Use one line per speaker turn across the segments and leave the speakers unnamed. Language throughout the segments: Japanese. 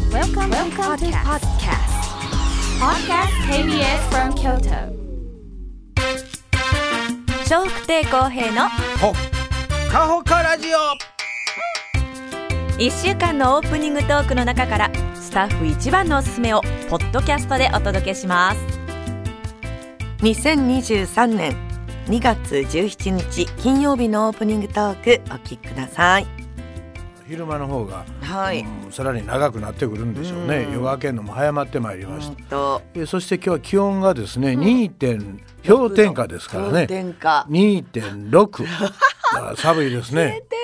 Welcome to
Welcome, to podcast.
Podcast KBS from Kyoto.
笑福亭公平の
ほっかほかラジオ
1週間のオープニングトークの中からスタッフ一番のおすすめをポッドキャストでお届けします
2023年2月17日金曜日のオープニングトークお聞きください
昼間の方が、
はい
うんさらに長くなってくるんでしょうね、
うん
夜明けるのも早まってまいりまし
本
た、
当
えそして今日は気温がですね、2. 点氷点下ですから
氷
ね
点下
2.6だから寒いですね
出て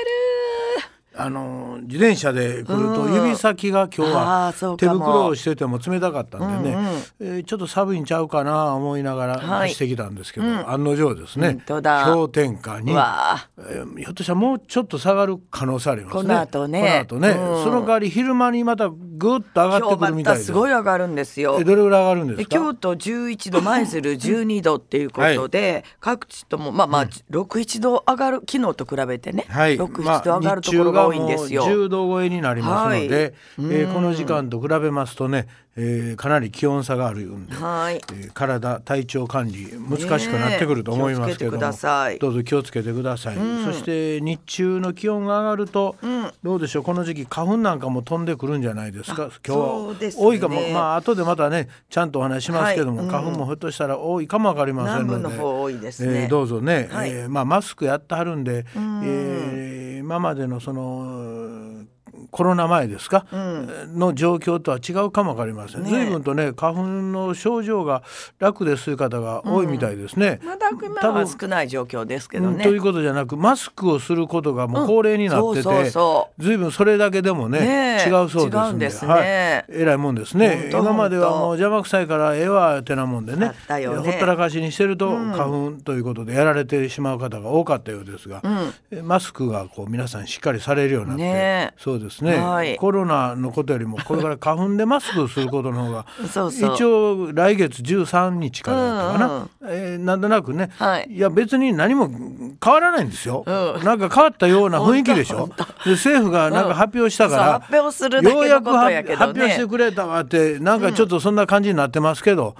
あの自転車で来ると
うん
指先が今日
あー
は
そう
手
かも
袋をしてても冷たかったんでね、
うんうん
えーちょっと寒いんちゃうかな思いながら
はい
走ってきたんですけど、案の定ですね
本当だ
氷点下
る
に
うわあ
えーひょっとしたらもうちょっと下がる可能性ありますね。
この後ね
この後ね
うん
その代わり昼間にまたぐっと上がってく
今日
る
ま
みたいで
た
す。
すごい上がるんですよ
えどれぐらい上がるんで
です
か。
京都11度舞鶴12度っていうことで、各地ともまあまあ61度上がる昨日と比べてね、
はい、
61度上がるところが多いんですよ、
まあ日中がもう10度超えになりますので、
はい
えーこの時間と比べますとね、えーかなり気温差があるんで、
はい
えー体体調管理難しくなってくると思いますけども、
ねえ気をつけてください
どうぞ気をつけてください、そして日中の気温が上がると、どうでしょうこの時期花粉なんかも飛んでくるんじゃないですか今日
そうですね
多いかもまあ後でまたねちゃんとお話しますけども、
はいうん
花粉もひょっとしたら多いかもわかりませんので
南部の方多いですね
えーどうぞね、
はい
えーまあ、マスクやってはるんで、えー今までのそのコロナ前ですか、の状況とは違うかもわかりません、
ね
随分とね花粉の症状が楽でする方が多いみたいですね。
まだ今は少ない状況ですけど
うん
ね、
ということじゃなくマスクをすることがもう恒例になってて、
うんそうそうそ
随分それだけでもね
ねえ
違うそうです
違うんですね
はい、えらいもんですね
本当
今まではもう
本
邪魔くさいからええわってなもんでね
だったよね
ほったらかしにしてると花粉ということでやられてしまう方が多かったようですが、えマスクがこう皆さんしっかりされるようになって、
ねえ
そうですね、
はい
コロナのことよりもこれから花粉でマスクをすることの方が
そうそう
一応来月13日からだったかな、
うんうん
えーなんとなくね、
はい
いや別に何も変わらないんですよ、なんか変わったような雰囲気でしょで政府がなんか発表したか
そう
ら、
発表するだけ
よう
の
やく
ことや
発
けどね
発表してくれたわってなんかちょっとそんな感じになってますけど、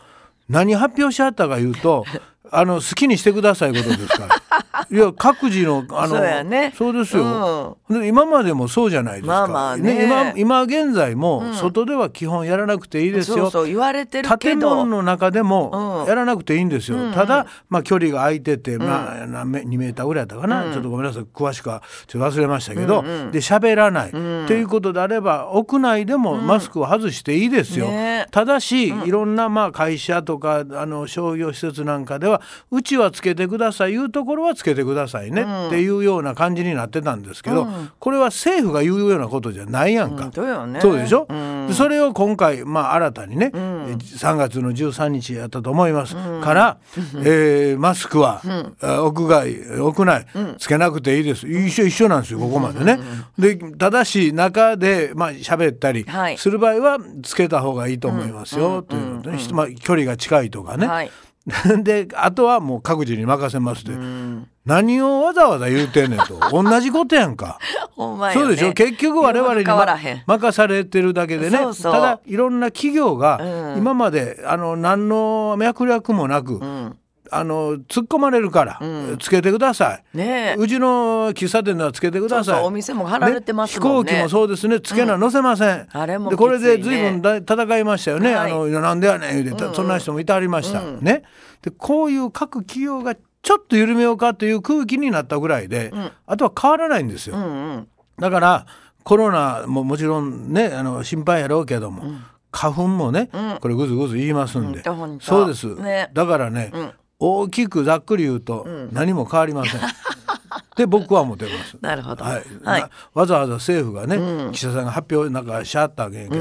何発表しはったか言う とあの好きにしてくださいことですからいや各自のあの
そうやね
そうですよ、で今までもそうじゃないですか、
まあまあね
今今現在も外では基本やらなくていいですよ、
そうそう言われてるけ
建
ど
物の中でも
うん
やらなくていいんですよ、ただ、まあ、距離が空いてて、まあ、何メ2メーターぐらいだったかな、ちょっとごめんなさい詳しくはちょっと忘れましたけど、で喋らない、ということであれば屋内でもマスクを外していいですよ、
ね
ただし、いろんなまあ会社とかあの商業施設なんかではうちはつけてくださいいうところはつけてくださいね、っていうような感じになってたんですけど、これは政府が言うようなことじゃないやんか。
本当よね
そうでしょ、
うん
でそれを今回、まあ、新たにね、え3月の13日やったと思います、 から、えーマスクは、あ屋外屋内つけなくていいです一緒一緒なんですよここまでね。でただし中でまあ喋ったり
はい
する場合はつけた方がいいと思いますよ、というので、ねひまあ、距離が近いとかね。
はい
であとはもう各自に任せますで、何をわざわざ言うてんねんと同じことやんか。
ほんまよね
そうでしょ結局我々に
変わら
ま
へん
任されてるだけでね
そうそう
ただいろんな企業が
うん
今まで、あの何の脈略もなく、あの突っ込まれるから、つけてください、
ねえ
うちの喫茶店ではつけてください
そうそうお店も貼られてますもんね
飛行機もそうですねつけな載せません、
あれも
でこれで
きつい
随
ね
分だ戦いましたよね、
はい
あのいやなんでやねん言うて、そんな人もいてありました、ねでこういう各企業がちょっと緩めようかという空気になったぐらいで、あとは変わらないんですよ、だからコロナももちろんねあの心配やろうけども、花粉もね、これぐずぐず言いますんで、
ほんとほんと
そうです、
ね
だからね、大きくざっくり言うと何も変わりません。 って僕は思ってます。
なるほど
はい。
はい
なわざわざ政府がね、記者さんが発表なんかしゃったわけやけど、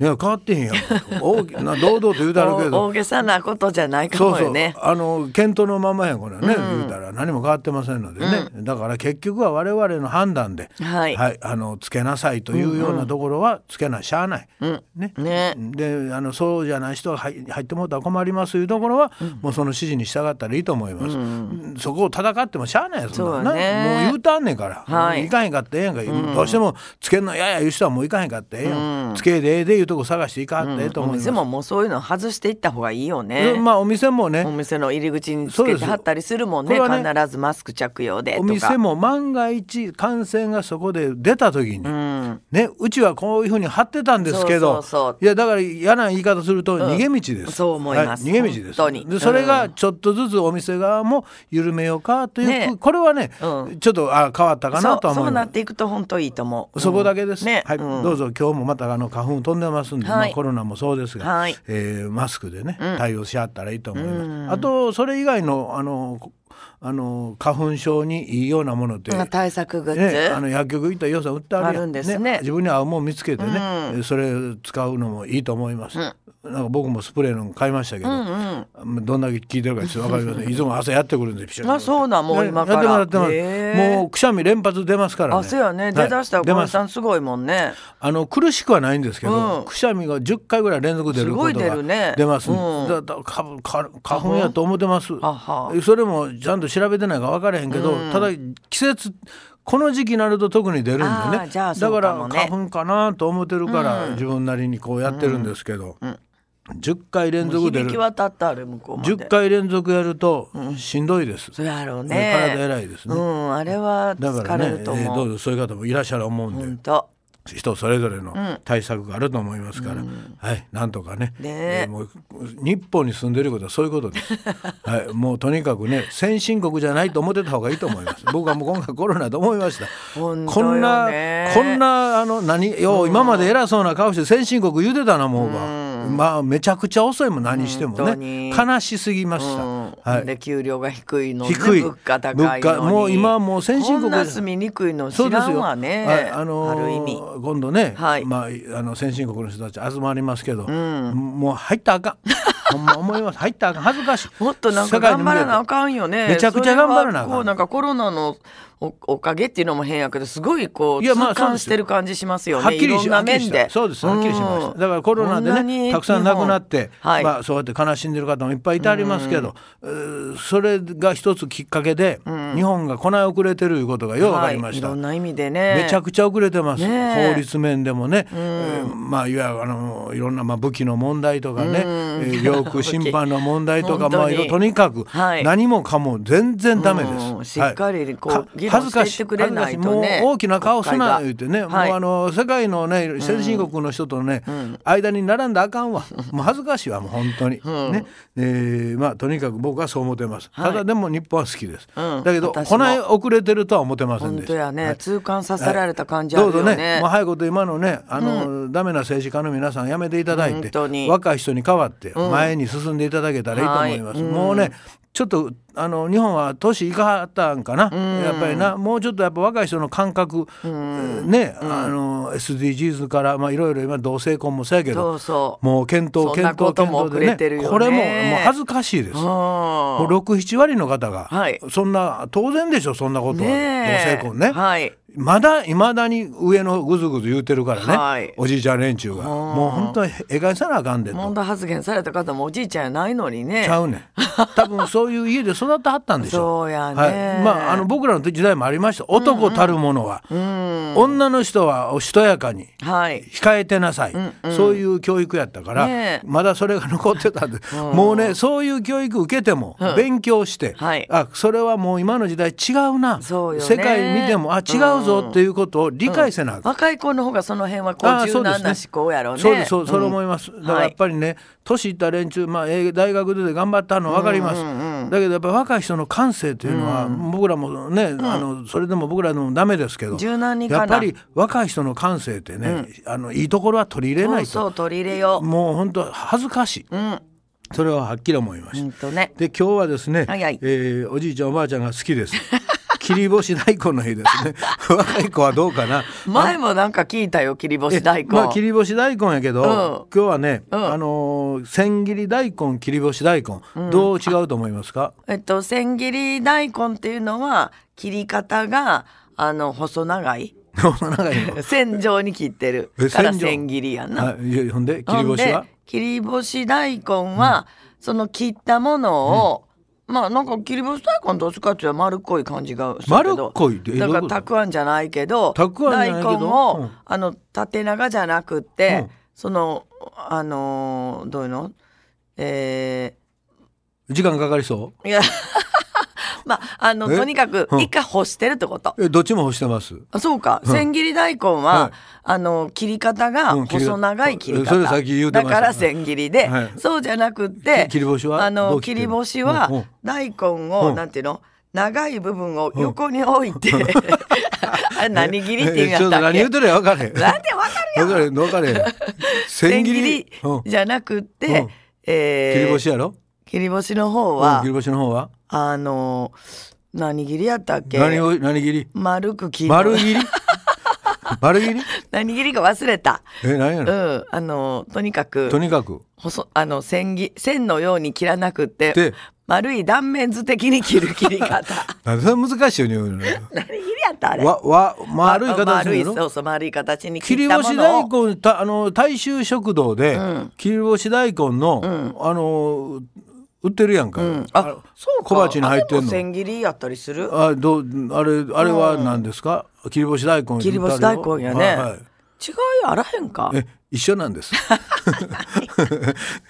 いや変わってへんやん大きな堂々と言うたらけ
お
ど
大げさなことじゃないか
そう
も
そう
よね。
あの検討のままやんこれはね、言うたら何も変わってませんのでね、だから結局は我々の判断で、
はい
あのつけなさいというようなところはつけなしゃあない、ね
ね
であのそうじゃない人が入入ってもうたら困りますというところは、もうその指示に従ったらいいと思います、そこを戦ってもしゃあないやそんなん
そう
な
やね
もう言うたんねんから、
はい
もういかへんかってええやんか、どうしてもつけんのやや言う人はもういかへんかってええやん、つけでええでいうとこ探していかはってええと
お
思います、
店ももうそういうの外していった方がいいよ
う
ね
ん。まあお店もね
お店の入り口につ
そう
け
で
て
す
はったりするもんね
これはね
必ずマスク着用でとか
お店も万が一感染がそこで出た時に、ね、うちはこういうふうに貼ってたんですけど
そうそうそう
やだから嫌な言い方すると逃げ道です、
そう思います
は逃げ道です
本当に
でそれがちょっとずつお店側も緩めようかという、
ね
これはね、
う
ちょっとあ変わったか
そ
な
う
とは思
そう
い
な
ま
っ
す
ていくと本当いいと思う。
そこだけです、
うんね、
はい
うん
どうぞ今日もまたあの花粉飛んでますんで、
はい
まあ、コロナもそうですが、
はい
えーマスクでね、対応し合ったらいいと思います、あとそれ以外のあのこあの花粉症にいいようなものって、
うん対策グッズ、
ね、あの薬局行ったら予算売ってあるや
あるんですね
自分に合うもん見つけてね、えそれ使うのもいいと思います、なんか僕もスプレーの買いましたけど、どんだけ効いてるかちょっと分かりま せんいつも朝やってくるんですピシャッと
あそうなんもう今から
ねやってもらって
へ
ます
え
もうくしゃみ連発出ますからね
あそうやね、
はい
出だしたら
出ま
小林
す
さんすごいもんね。
あの苦しくはないんですけど、
うん
くしゃみが10回ぐらい連続出ること
すごい出るね
が出ます、
うん
だだかか花粉やと思ってます
あは
それもちゃんと調べてないから分からへんけど、ただ季節この時期になると特に出るんで
あー
ね
じゃあ
だ
そう
か
か
ら
もね
花粉かなと思ってるから、自分なりにこうやってるんですけど、10回連続出
響
る
き渡ったある向こうまで。
10回連続やるとしんどいです、
そやろ
体
うね。
偉いです
う
ね、
ん、あれは
だか
疲
らね
れ、ると
えー
思
ど
う。
うぞそういう方もいらっしゃる思うんで、
本当。
人それぞれの対策があると思いますから、はい、なんとかね
ねえ
えーもう日本に住んでることはそういうことです、 はい、もうとにかくね先進国じゃないと思ってた方がいいと思います 僕はもう今回コロナと思いました
本当
こんな
よね
こんなあの何よう今まで偉そうな顔して先進国言うてたなもうが、まあめちゃくちゃ遅いもん何しても
本当
ね
に
悲しすぎました、
う
は
ん、
い
で給料が低いの、ね、
低い
物価高いのに
物価もう今もう先進国
こんな住みにくいの
そ
知
うで
ら
す
ん
よ。
わね
はいあの
ある意味
ー今度ね、
はい
まああの先進国の人たち集まりますけど、もう入ったらあかん。 ほんま思います。入ったらあかん恥ずかしい。
もっとなんか頑張らなあかんよね
めちゃくちゃ頑張らなあかん
それはこうなんかコロナのおおかげっていうのも変やけどすごいこう
いやまあ
痛感してる感じしますよね
はっきり
い
し
ろんな
はっきり
面
し
で
たそうですはっきりしました、
うん
だからコロナ
こん
で
なに
ねたくさん亡くなって、
日本はい
まあ、そうやって悲しんでる方もいっぱいいてありますけど、うーそれが一つきっかけで、日本がこない遅れてるいうことがよう分かりました、
はい、いろんな意味でね
めちゃくちゃ遅れてます、
ねえ
法律面でもね、えーまあいわゆるあのいろんなまあ武器の問題とかね、えー領 空侵犯の問題とか
本当に
まあいろとにかく
はい
何もかも全然ダメです、
うんしっかり
はい
こう
か
議論
恥ずか
し
してい
いってくれないと
恥
ね
ずかしいもう大きな顔す
国会
な
が
言ってね、
はい
もうあの世界のね先進国の人とね、間に並んだらあかんわもう恥ずかしいわもう本当に、ね、えーまあとにかく僕はそう思ってます、ただでも日本は好きです、
うん
だけど
私も
こない遅れてるとは思ってません
本
でし
当
た
やね、
はい
痛感させられた感じあるよね,、
どうぞねもう早いこと今のねあの、ダメな政治家の皆さんやめていただい
本
て
当に
若い人に代わって前に進んでいただけたらいいと思います、もうねちょっとあの日本は年いかはったんかな、やっぱりなもうちょっとやっぱ若い人の感覚、ね、あの SDGs からまあいろいろ今同性婚もそうやけ
そ
ど
うそう
もう検討
そんな
検
こ
討
とも
検討でね
遅れてるよね
これももう恥ずかしいです。もう67割の方が、
はい
そんな当然でしょそんなことは、
ねえ
同性婚ね、
はい
まだいまだに上のぐずぐず言うてるからね、
はい
おじいちゃん連中がもう本当にえがいさなあかんで
問
と
題発言された方もおじいちゃんやないのにね
ちゃうねん多分そういう家で育ってはったんでしょ
そうやね、
はい、まああの僕らの時代もありました男たるものは、女の人はおしとやかに
はい
控えてなさい、そういう教育やったから、
ねえ
まだそれが残って たんで、もうねそういう教育受けても勉強して、
はい
あそれはもう今の時代違うな
そうよね
世界見てもあ違うぞっていうことを理解せなあかん
若い子の方がその辺はこう
ああ
柔軟な思考やろうね
そうですそうそれ
うん
思います、だからやっぱりね年いった連中、まあ、えー大学で頑張ったの分かります、だけどやっぱり若い人の感性というのは、僕らもね、あのそれでも僕らでもダメですけど
柔軟に
や
かな
っぱり若い人の感性ってね、あのいいところは取り入れ
そ
な
う
いと
そう取り入れよう
もう本当恥ずかしい、それははっきり思いました、
うんとね
で今日はですね、
はいはい
えーおじいちゃんおばあちゃんが好きです昨切り干し大根の日です ね若い子はどうかな
前もなんか聞いたよ切り干し大根、
まあ切り干し大根やけど、
うん
今日はね、
うん
あのー千切り大根切り干し大根、どう違うと思いますか
えっと千切り大根っていうのは切り方があの細長い
細 長いの
線状に切ってる
え
から
線状
千切りやんな。
あいやほんで切り干し
ほん
は
で切り干し大根は、その切ったものを、まあなんか切り干し大根どっちかっていうと丸っこい感じがするけど
丸っこいってえ
だ
どうい
か
う
ら
こと
たくあんじゃないけど
たくあんじゃないけど
大根を、
うん
あの縦長じゃなくって、
うん
そのあのーどういうのえ
時間かかりそ
ーいや まああの
え
とにかく
うん
一回干してるってこと。
うえどっちも干してます
あそうか、千切り大根は、
はい
あの切り方が
うん切り方
細長い切り方、
それさっき言うてま
だ
した
から千切りで、
はい
そうじゃなくって
き切り干しは
あ
どう
の
切っ
切
て
り干しは
うんうん
大根を、
うん
なんていうの長い部分を横に置いて、 あれ何切りって意味
えち
や
ょと
ったっ
何
け
言うてるや分かれへん
なんでわかる
分かれへん分かれへん千 切
千切
り
り
うん切
じゃなくって、
うん
えー
り干しやろ
切り干しの方
うん
は、
切り干しの方は
あの何切りやったっけ
何を何切り
丸く切る
丸切り丸切り
何切りか忘れた
え何や
う
ろ
んあのとにかく
とにかく
細あの線ぎ線のように切らなくって
で
丸い断面図的に切る切り方
なんでそれ難しいよね言うの
何切りやったあ れ
わわ丸い形
丸
に
い
やろ
そうそう丸い形に
切
切
り
った
干
も
し
の
大
を
根たあの大衆食堂で、切り干し大根の、あの売ってるやんか、あ
そうか
小鉢に入って
あ
ん
れも
の
千切りやったりする
あどうあれあれは何ですか、切り干し大根
切り干し大根やね、
はいはい
違いあらへんか
え一緒なんです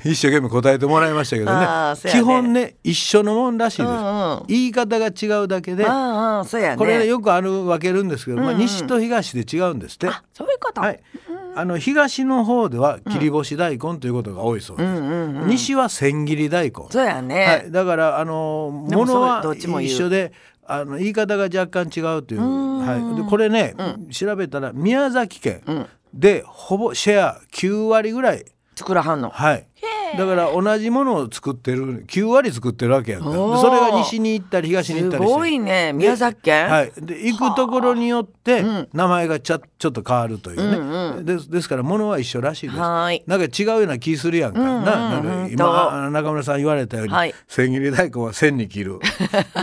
一生懸命答えてもらいましたけ
あ
ど
ー
ね
そうやね
基本ね一緒のもんらしいです、
うんうん
言い方が違うだけで、
うんうんそうやね
これねよくある分けるんですけど、まあ、西と東で違うんですって、
あそういうこと、
はい、あの東の方では切り干し大根ということが多いそうです、西は千切り大根、
そうやね、
はい、だからあの
でも
も
それ
のは
どっちも言う
一緒であの言い方が若干違うというはい、でこれね、調べたら宮崎県でほぼシェア9割ぐらい
作らはんの
はい。だから同じものを作ってる9割作ってるわけやんかで
おー
それが西に行ったり東に行
す
ったりして
ごいね宮崎県、
はい、で行くところによって名前がちゃちょっと変わるというね、ですですから物は一緒らしいです
はーい
なんか違うような気するやんか,、ななんか今
と
あ中村さん言われたように、
はい
千切り大根は千に切る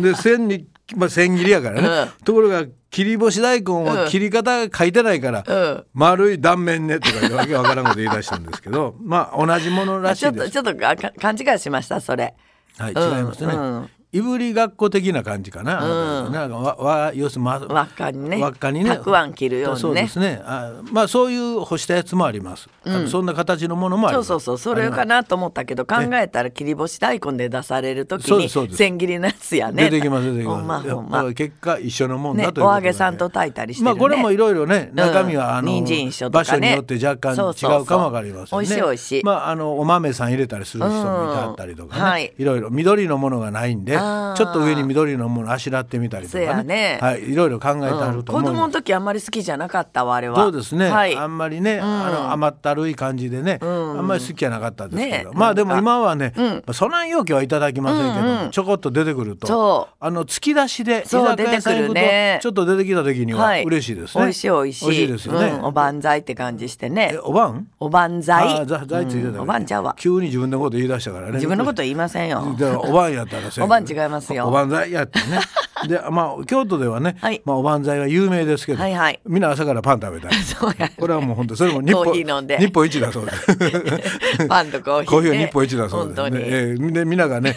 で千に、まあ、千切りやからね、ところが切り干し大根は切り方が書いてないから、
ん
丸い断面ねとかいうわけわからんこと言い出したんですけどまあ同じものらし
ちょ
い
っ
で
と
す
ちょっとかか勘違いしましたそれ
はい、違
うん
いますね。
うん
いぶりがっこ的な感じかな。なんかわわ要するにま
輪っかにね
輪っかにね。
たくあん切るようにね
そうですね。あまあそういう干したやつもあります。あのそんな形のものもあり
そ
ま
う
す。
そうそうそれかなと思ったけど考えたら切り干し大根で出される時
そうですそうで
に
す
千切りのやつやね
出てきます出てきます。
ほんまほん
だ
ま
から結果一緒のもんだという
ね
こと
お
な
揚
んで
げさんと炊いたりしてる
まあ
ね
これもいろいろね中身はあの、
人参一緒と
場
か
所
ね
によって若干
そうそう
違
そう
うかもわかりますよね。
美味しい美味しい
まああのお豆さん入れたりする人もいたったりとかね。
うんはいい。
ろいろ緑のものがないんでちょ
あー
っと上に緑のものあしらってみたりと
そう
か
やね
はいいろいろ考えてあ
うん
ると
子
思います。
供の時あんまり好きじゃなかったわあれは
そうですね、
はい
あんまりね、あの甘ったるい感じでね、あんまり好きじゃなかったですけど、
ね
まあでも
なんか
今はね、まあそない容器はいただきませんけど、ちょこっと出てくると
そう
あの突き出しで居酒
そう
屋さん行くと、
出てくるね
ちょっと出てきた時には
はい
嬉しいですね、
美味しい美味しい
美味しいですよね、
うんおばんざいって感じしてね
えおばん
おばんざ
あ
い
あざざいついてたね、
うんおばんちゃうわ
急に自分のこと言い出したからね
自分のこと言いませんよ
だからおばんやったらせやけど
おばん違いますよ
おばんざいやって ねでまあ京都ではね、
はい
まあ、おばんざいは有名ですけど、
はいはい
みんな朝からパン食べたり
そうやね
これはもう本当それも日本
コーヒー飲んで
日本一だそうです
パンとコーヒーね
コーヒーは日本一だそうです、ね、
本当に
えーで皆がね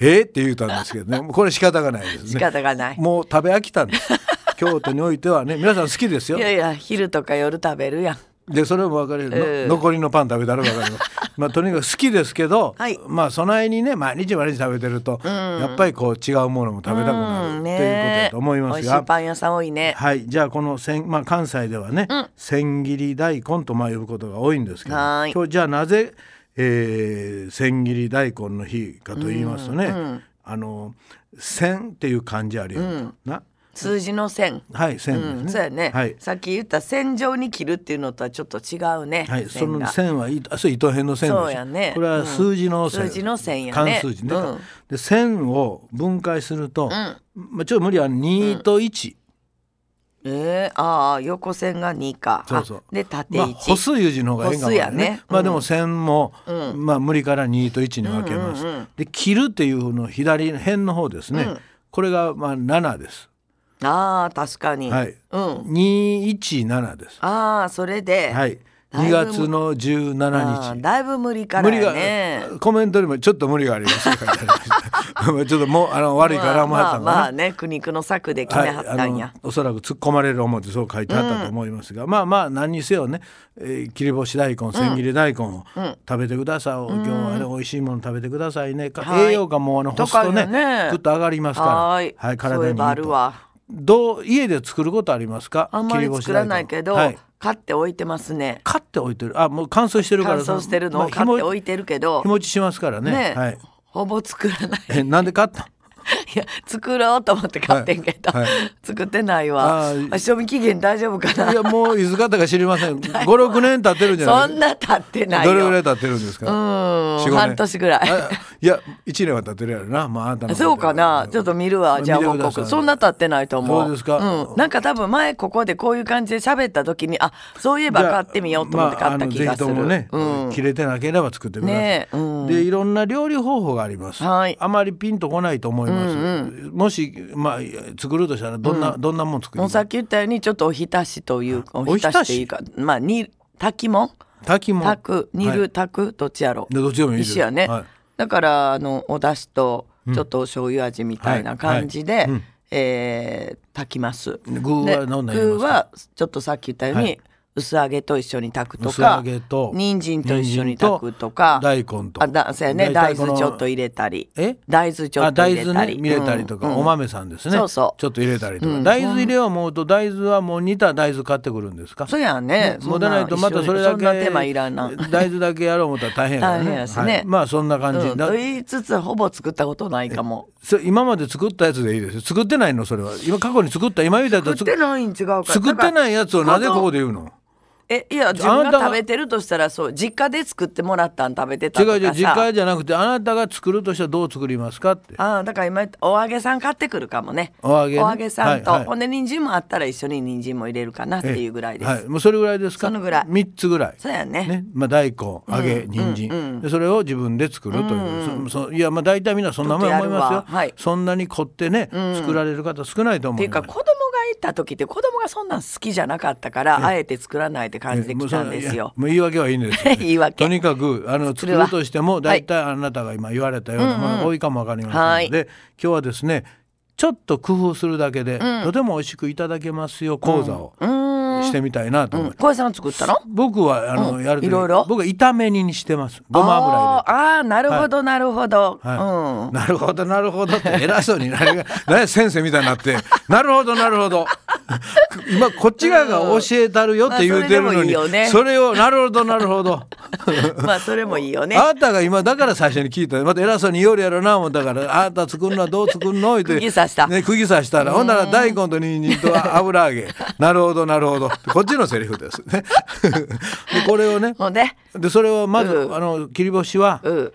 えーって言うたんですけど ねもうこれ仕方がないですね
仕方がない
もう食べ飽きたんです京都においてはね皆さん好きですよ
いやいや昼とか夜食べるやん
でそれも分かる、の
ええ
残りのパン食べたら分かる まあとにかく好きですけど、
はい
まあその間にね毎日毎日食べてると、やっぱりこう違うものも食べたくな
う
る
ん
ということだと思います
美味しい
が。
パン屋さん多いね
はいじゃあこのせん、まあ、関西ではね、千切り大根とまあ呼ぶことが多いんですけど
は
今
い
日じゃあなぜ、えー千切り大根の日かと言いますとね、あの「千」っていう漢字あるよ、な
数字の線。
はい、線ですね。
うん、そうやね、
はい。
さっき言った線上に切るっていうのとはちょっと違うね。
はい、そ
線
の
が
線は糸あそう糸辺の線です
そうやね
これは数字の線、
うん数字の線や
漢
ね
数字ね、
うん
で線を分解すると、まあちょっと無理は2と1、
えー、ああ横線が2か。
そうそう
あで縦
まあ
1。
歩数いう字の方がいいかも
歩数やね
まあでも線も、まあ無理から2と1に分けます、
うんうんうん
で切るっていうの左辺の方ですね、これがまあ7です
ああ確かに。
はい、
うん。
217です
ああそれで。
はい
だい
2
ぶ
月の17
あ
日
ーだいぶ無理から
無理
や
が
ね。
コメントにもちょっと無理があり ますって書いてありました。まあちょっともうあの悪いからも
ま
は
あ
ったの
まあま
か
あ
な。
ね苦肉の策で決
は
め
い、
はったんや
あ。のおそらく突っ込まれる思ってそう書いてあったと思いますが、まあまあ何にせよね、えー切り干し大根千切り大根を食べてください、今日はね美味しいもの食べてくださいね、か
はい
栄養価もあの干すとね
高いよね
ぐっと上がりますから
はーい。
体
そうい
にい
え
い
ばある
と
わ。
どう家で作ることありますか
あんま
切
り
干し
作
大
ら
根
ないけど、
はい
買って置いてますね。
買っておいてるあもう乾燥してるか
乾
ら
燥してるの
ま
を
あ
買って置いてるけど
日、持ちしますからね
ね
はい、
ほぼ作らない。
えなんで買ったん
いや作ろうと思って買ってんけど、
はいはい
作ってないわ
あー
あ賞味期限大丈夫かない
やもういつ方か知りません。 五六年経ってるんじゃな
そ
い。
んな経ってないよ
どれぐらい経ってるんですか。
うん
四五年
半年ぐらい
あいや一年は経ってるやろな。まああなたの。
そうかなちょっと見るわじゃあ報告そんな経ってないと思う
そうですか
うん、なんか多分前ここでこういう感じで喋った時にあそういえば買ってみようと思って買った気がする、
まああのぜひともね、
うん、
切れてなければ作ってください。
ねえうん
でいろんな料理方法があります。
はい
あまりピンとこないと思います。もしまあ作るとしたらどんな、どんなもん作り
も
ま
う
す
さっき言ったようにちょっとおひたしというお
お
ひ
ひたした
しというかまあに炊きもん
炊きもん
炊く煮
は
る
い
炊くどっちやろう
でどっちでもいいです。
一緒やね、
はい
だからあのお出汁とちょっとお醤油味みたいな感じで、
はいはいうん
えー炊きます
で具は
で
何になりますか
具はちょっとさっき言ったように、
はい
薄揚げと一緒に炊くと
薄
か
揚げと
人参と一緒に炊くとか
人参と大根と
あだそうやね
大体
大
この
豆ちょっと入れたり
え
大豆ちょ
あ
っと入れ
大
た
豆ね
り
入れたりとか、
うん
お豆さんですね
そうそう
ちょっと入れたりとか、大豆入れよう思うと大豆はもう煮た大豆買ってくるんですか
そうやね
もうでないとまたそれだけ
んな手間いらんな
大豆だけやろう思った ら大変やからね
大変やしね
はいまあそんな感じ、
うん
だ
と言いつつほぼ作ったことないかも
それ今まで作ったやつでいいですよ作ってないのそれは今過去に作った今言うたやつ
作
は
ってないん違うから
作ってないやつをなぜここで言うの
えいや自
あ
分
なた
が
が
食べてるとしたらそう実家で作ってもらったん食べてた
違
と
う
かさ
違う実家じゃなくてあなたが作るとしたらどう作りますかって
ああだから今言ったお揚げさん買ってくるかもね
お揚げね
さんと、
はいはい
ほんで人参もあったら一緒に人参も入れるかなっていうぐらいです、
ええはい、もうそれぐらいですか
そのぐらい
3つぐらい
そうやね
ねまあ、大根揚げ人参、でそれを自分で作るという、そそいやまあ大体みんなそんなもんや思います
ちょ
よ
っ、とやるわはい
そんなに凝ってね、作られる方少ないと
っ
思
て
う
いうか
の
子
よ
供がいた時って子供がそんなん好きじゃなかったからあえて作らないって感じで来たんですよ
ええもうそのいや。もう言い訳はいいんですよ
言い訳
とにかくあの
作
作
るわ
るとしても大体あなたが今言われたようなものが多いかもわかりませんので、
はい
今日はですねちょっと工夫するだけで、とても美味しくいただけますよ講座をしてみたいなと思います。
小江さん作ったの
僕はあの、
うん
やるとき
いろいろ
僕は炒め煮にしてますごま油入れて
あーあーなるほどなるほど、
は
うん
い、なるほどなるほどって偉そうになりが 何や先生みたいになってなるほどなるほど 今こっち側が教えたるよって言うてるのに、
まあそれでもいいよね
それをなるほどなるほど
まあそれもいい よね
あなたが今だから最初に聞いたまた偉そうに言おるやろな思ったからあなた作るのはどう作るの言うて
釘刺した
ね、釘刺したらほんなら大根と人参と油揚げなるほどなるほどこっちのセリフですね でこれをね
ほんで
でそれをまず、
うん
あの切り干しは
うん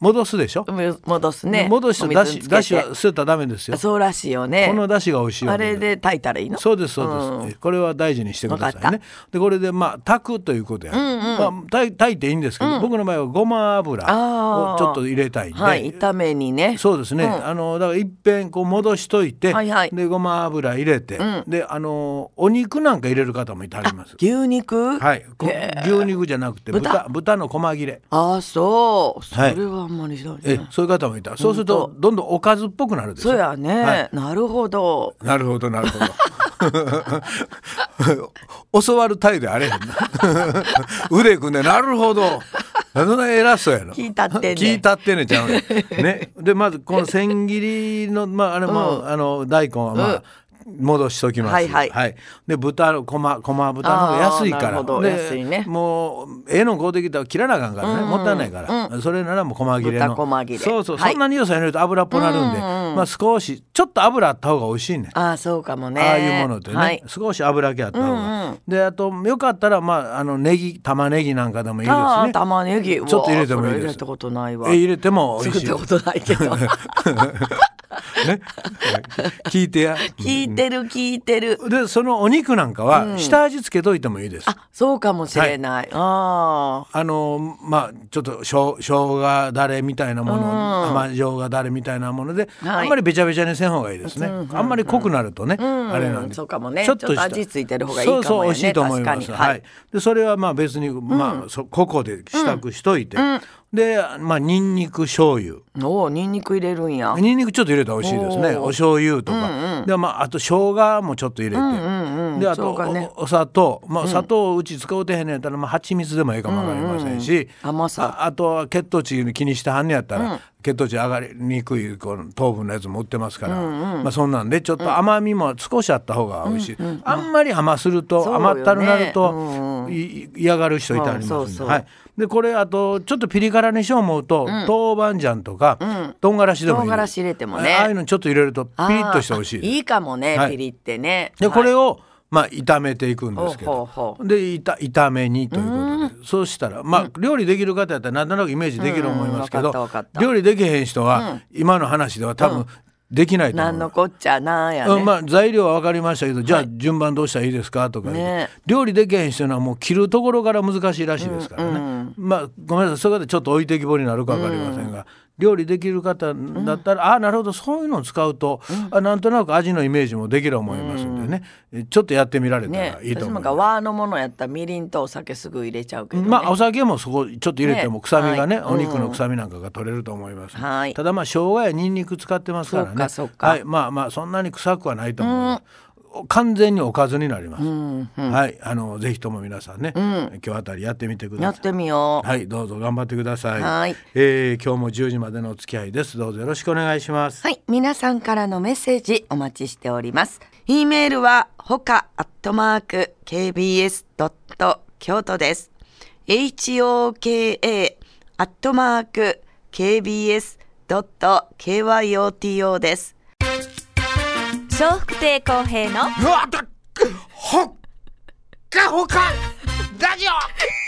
戻すでしょ、
戻すね
戻して
お
だ
水に
し
つけて
だしは捨てたらダメですよ
そうらしいよね
このだしが美味しいわ
あ
け
れで炊いたらいいの
そうですそうです、
ん
えこれは大事にしてくだ
わか
さい
っ
ねでこれでまあ炊くということや、まあ、炊い炊いていいんですけど、僕の場合はごま油
あー
をちょっと入れたいんで、
はい炒めにね
そうですね、
うん
あのだからいっぺんこう戻しといて、
はいはい
でごま油入れて、であのお肉なんか入れる方もいてはります
牛肉
はい、こ
へー
牛肉じゃなくて豚豚の細切れ
ああそうそ
はい
れはあんまり知らない
えそういう方もいたそうするとどんどんおかずっぽくなるでしょ
そうやね、
はい
なるほど
なるほど なるほど教わる態度あれへんな腕組んでなるほどあのね偉そうやろ
聞いたってね
聞いたってねちゃうねねでまずこの千切りのまああれも、あの大根はまあ、戻しときます。
はいはい
で豚のこまこま豚の方が安いか
あーなる
ら。
ほど
で
安いね
もうええの買うてきたら切らなあかんからね、もったいないから、それならもう細切れの。
豚細切れ
そうそう、
はい
そんなに良さやると油っぽなるんで、まあ少しちょっと油あった方が美味しいね。
ああそうかもね
ああいうものってね、
はい、
少し油気あった方が、
うんうん
であとよかったらまああのネギ玉ねぎなんかでもいいです
ああ
ね
玉ねぎちょ
ちょっと入れてもいいです
入れたことないわ
え入れても美
作
味しい
ったことない けど
ね 聞いてや
聞いてる聞いてる
でそのお肉なんかは下味つけといてもいいです、
あそうかもしれない、ああ
あのまあちょっとしょう生姜だれみたいなもの、甘じょうがだれみたいなもので、
はい
あんまりべちゃべちゃにせん方がいいですね、あんまり濃くなるとね、あれなんで
そうかもねちょっと
した
味ついてる方がいいかもやね
そうそう美味しいと思いま
確
す
かには
はいい、でそれはまあ別に、まあそ個々で支度しといて、でまあにんにく醤油
おおにんにく入れるんや
にんにくちょっと入れたら美味しいですね
おー
お醤油とか、でまああと生姜もちょっと入れて、であと
生姜ね
おお砂糖、まあ、砂糖うち使うてへんのやったら、まあ、蜂蜜でもいいかもわかりませんし、
甘さ
ああとは血糖値気にしてはんねやったら、血糖値上がりにくいこの糖分のやつも売ってますから、まあ、そんなんでちょっと甘みも少しあった方が美味しい、あんまり甘すると、
そうよね
甘ったるなると、
うんうん
いい嫌がる人いたりますんで、
そうそう
はい、でこれあとちょっとピリ辛にしよう思うと、豆板醤とか、唐辛子でもいい
唐辛子入れてもね
あああいうのちょっと入れるとピリ
あー
ッとして美味しいです
あいいかもね、
はい
ピリってね
で
はい
これをまあ炒めていくんですけ
ほう
ど
ほうほ
でいた炒めにということでそうしたらまあ料理できる方やったらなんとなくイメージできると思いますけ
うんうんわ
ど
かったわかった
料理できへん人は今の話では多分できないと思
なん
い
の
ます。
こっちゃなんやね、
うんまあ、材料は分かりましたけどじゃあ順番どうしたらいいですかとか言って、
ね
料理できへん人はもう切るところから難しいらしいですからね、まあごめんなさいそこでちょっと置いてきぼりになるか分かりませんが、料理できる方だったら、ああなるほどそういうのを使うと、あなんとなく味のイメージもできる思いますんでね、えちょっとやってみられた
ね
らいいと思い
私
ます。
も和のものやったらみりんとお酒すぐ入れちゃうけど、ね、
まあお酒もそこちょっと入れて
ね
も臭みがね
はい
お肉の臭みなんかが取れると思います、
はい
ただまあ生姜やニンニク使ってますからね
そうかそうか
はい、まあまあそんなに臭くはないと思います、お完全におかずになります、はいあのぜひとも皆さんね、今日あたりやってみてく
や
だ
っ
さい
てみよう、
はいどうぞ頑張ってください
はい
えー今日も10時までのお付き合いですどうぞよろしくお願いします
はい、皆さんからのメッセージお待ちしております。e メールはほかアットマーク kbs ドット京都です。h o k a アットマーク kbs ドット k y o t o です。
笑福亭公平
う
の
わだっほっかほかラジオ